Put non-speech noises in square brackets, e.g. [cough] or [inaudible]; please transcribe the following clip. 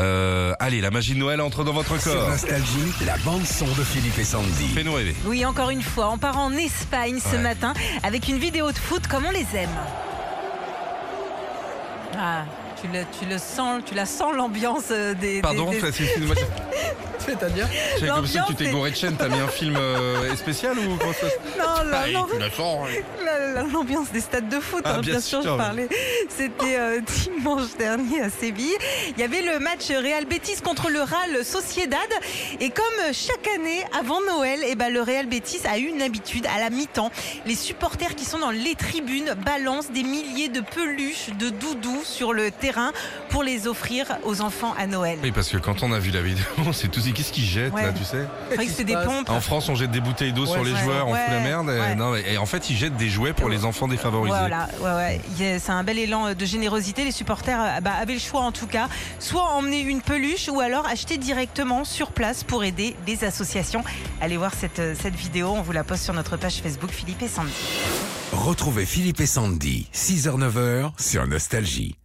Euh, Allez, la magie de Noël entre dans votre Sur corps. Nostalgie, la bande son de Philippe et Sandy. Fais-nous rêver. Oui, encore une fois, on part en Espagne ce Ouais. matin avec une vidéo de foot comme on les aime. Ah, tu le, tu le sens, tu la sens l'ambiance euh, des. Pardon, des- des- c'est [laughs] une C'est-à-dire C'est comme si tu t'es L'ambiance gouré de chaîne, t'as mis un film euh, spécial ou quoi ça se- Non, la- Pareil, l'ambiance- tu la sens. hein. la- la- l'ambiance des stades de foot, Ah, hein, bien bien, sûr, sûr, je oui. parlais. C'était euh, [laughs] dimanche dernier à Séville. Il y avait le match Real Betis contre le Real Sociedad. Et comme chaque année, avant Noël, eh ben, le Real Betis a eu une habitude à la mi-temps. Les supporters qui sont dans les tribunes balancent des milliers de peluches, de doudous sur le terrain pour les offrir aux enfants à Noël. Oui, parce que quand on a vu la vidéo, [laughs] on s'est tous dit qu'est-ce qu'ils jettent là, Ouais. tu sais C'est vrai que c'est des passe pompes. En France, on jette des bouteilles d'eau sur les ouais, joueurs, on fout la ouais, merde. et- ouais. non, mais- et en fait, ils jettent des jouets pour les enfants défavorisés. Voilà, ouais, ouais. Il y a- C'est un bel élan euh, de générosité. Les supporters euh, bah, avaient le choix en tout cas, soit emmener une peluche ou alors acheter directement sur place pour aider des associations. Allez voir cette, euh, cette vidéo, on vous la poste sur notre page Facebook Philippe et Sandy. Retrouvez Philippe et Sandy, 6h-9h sur Nostalgie.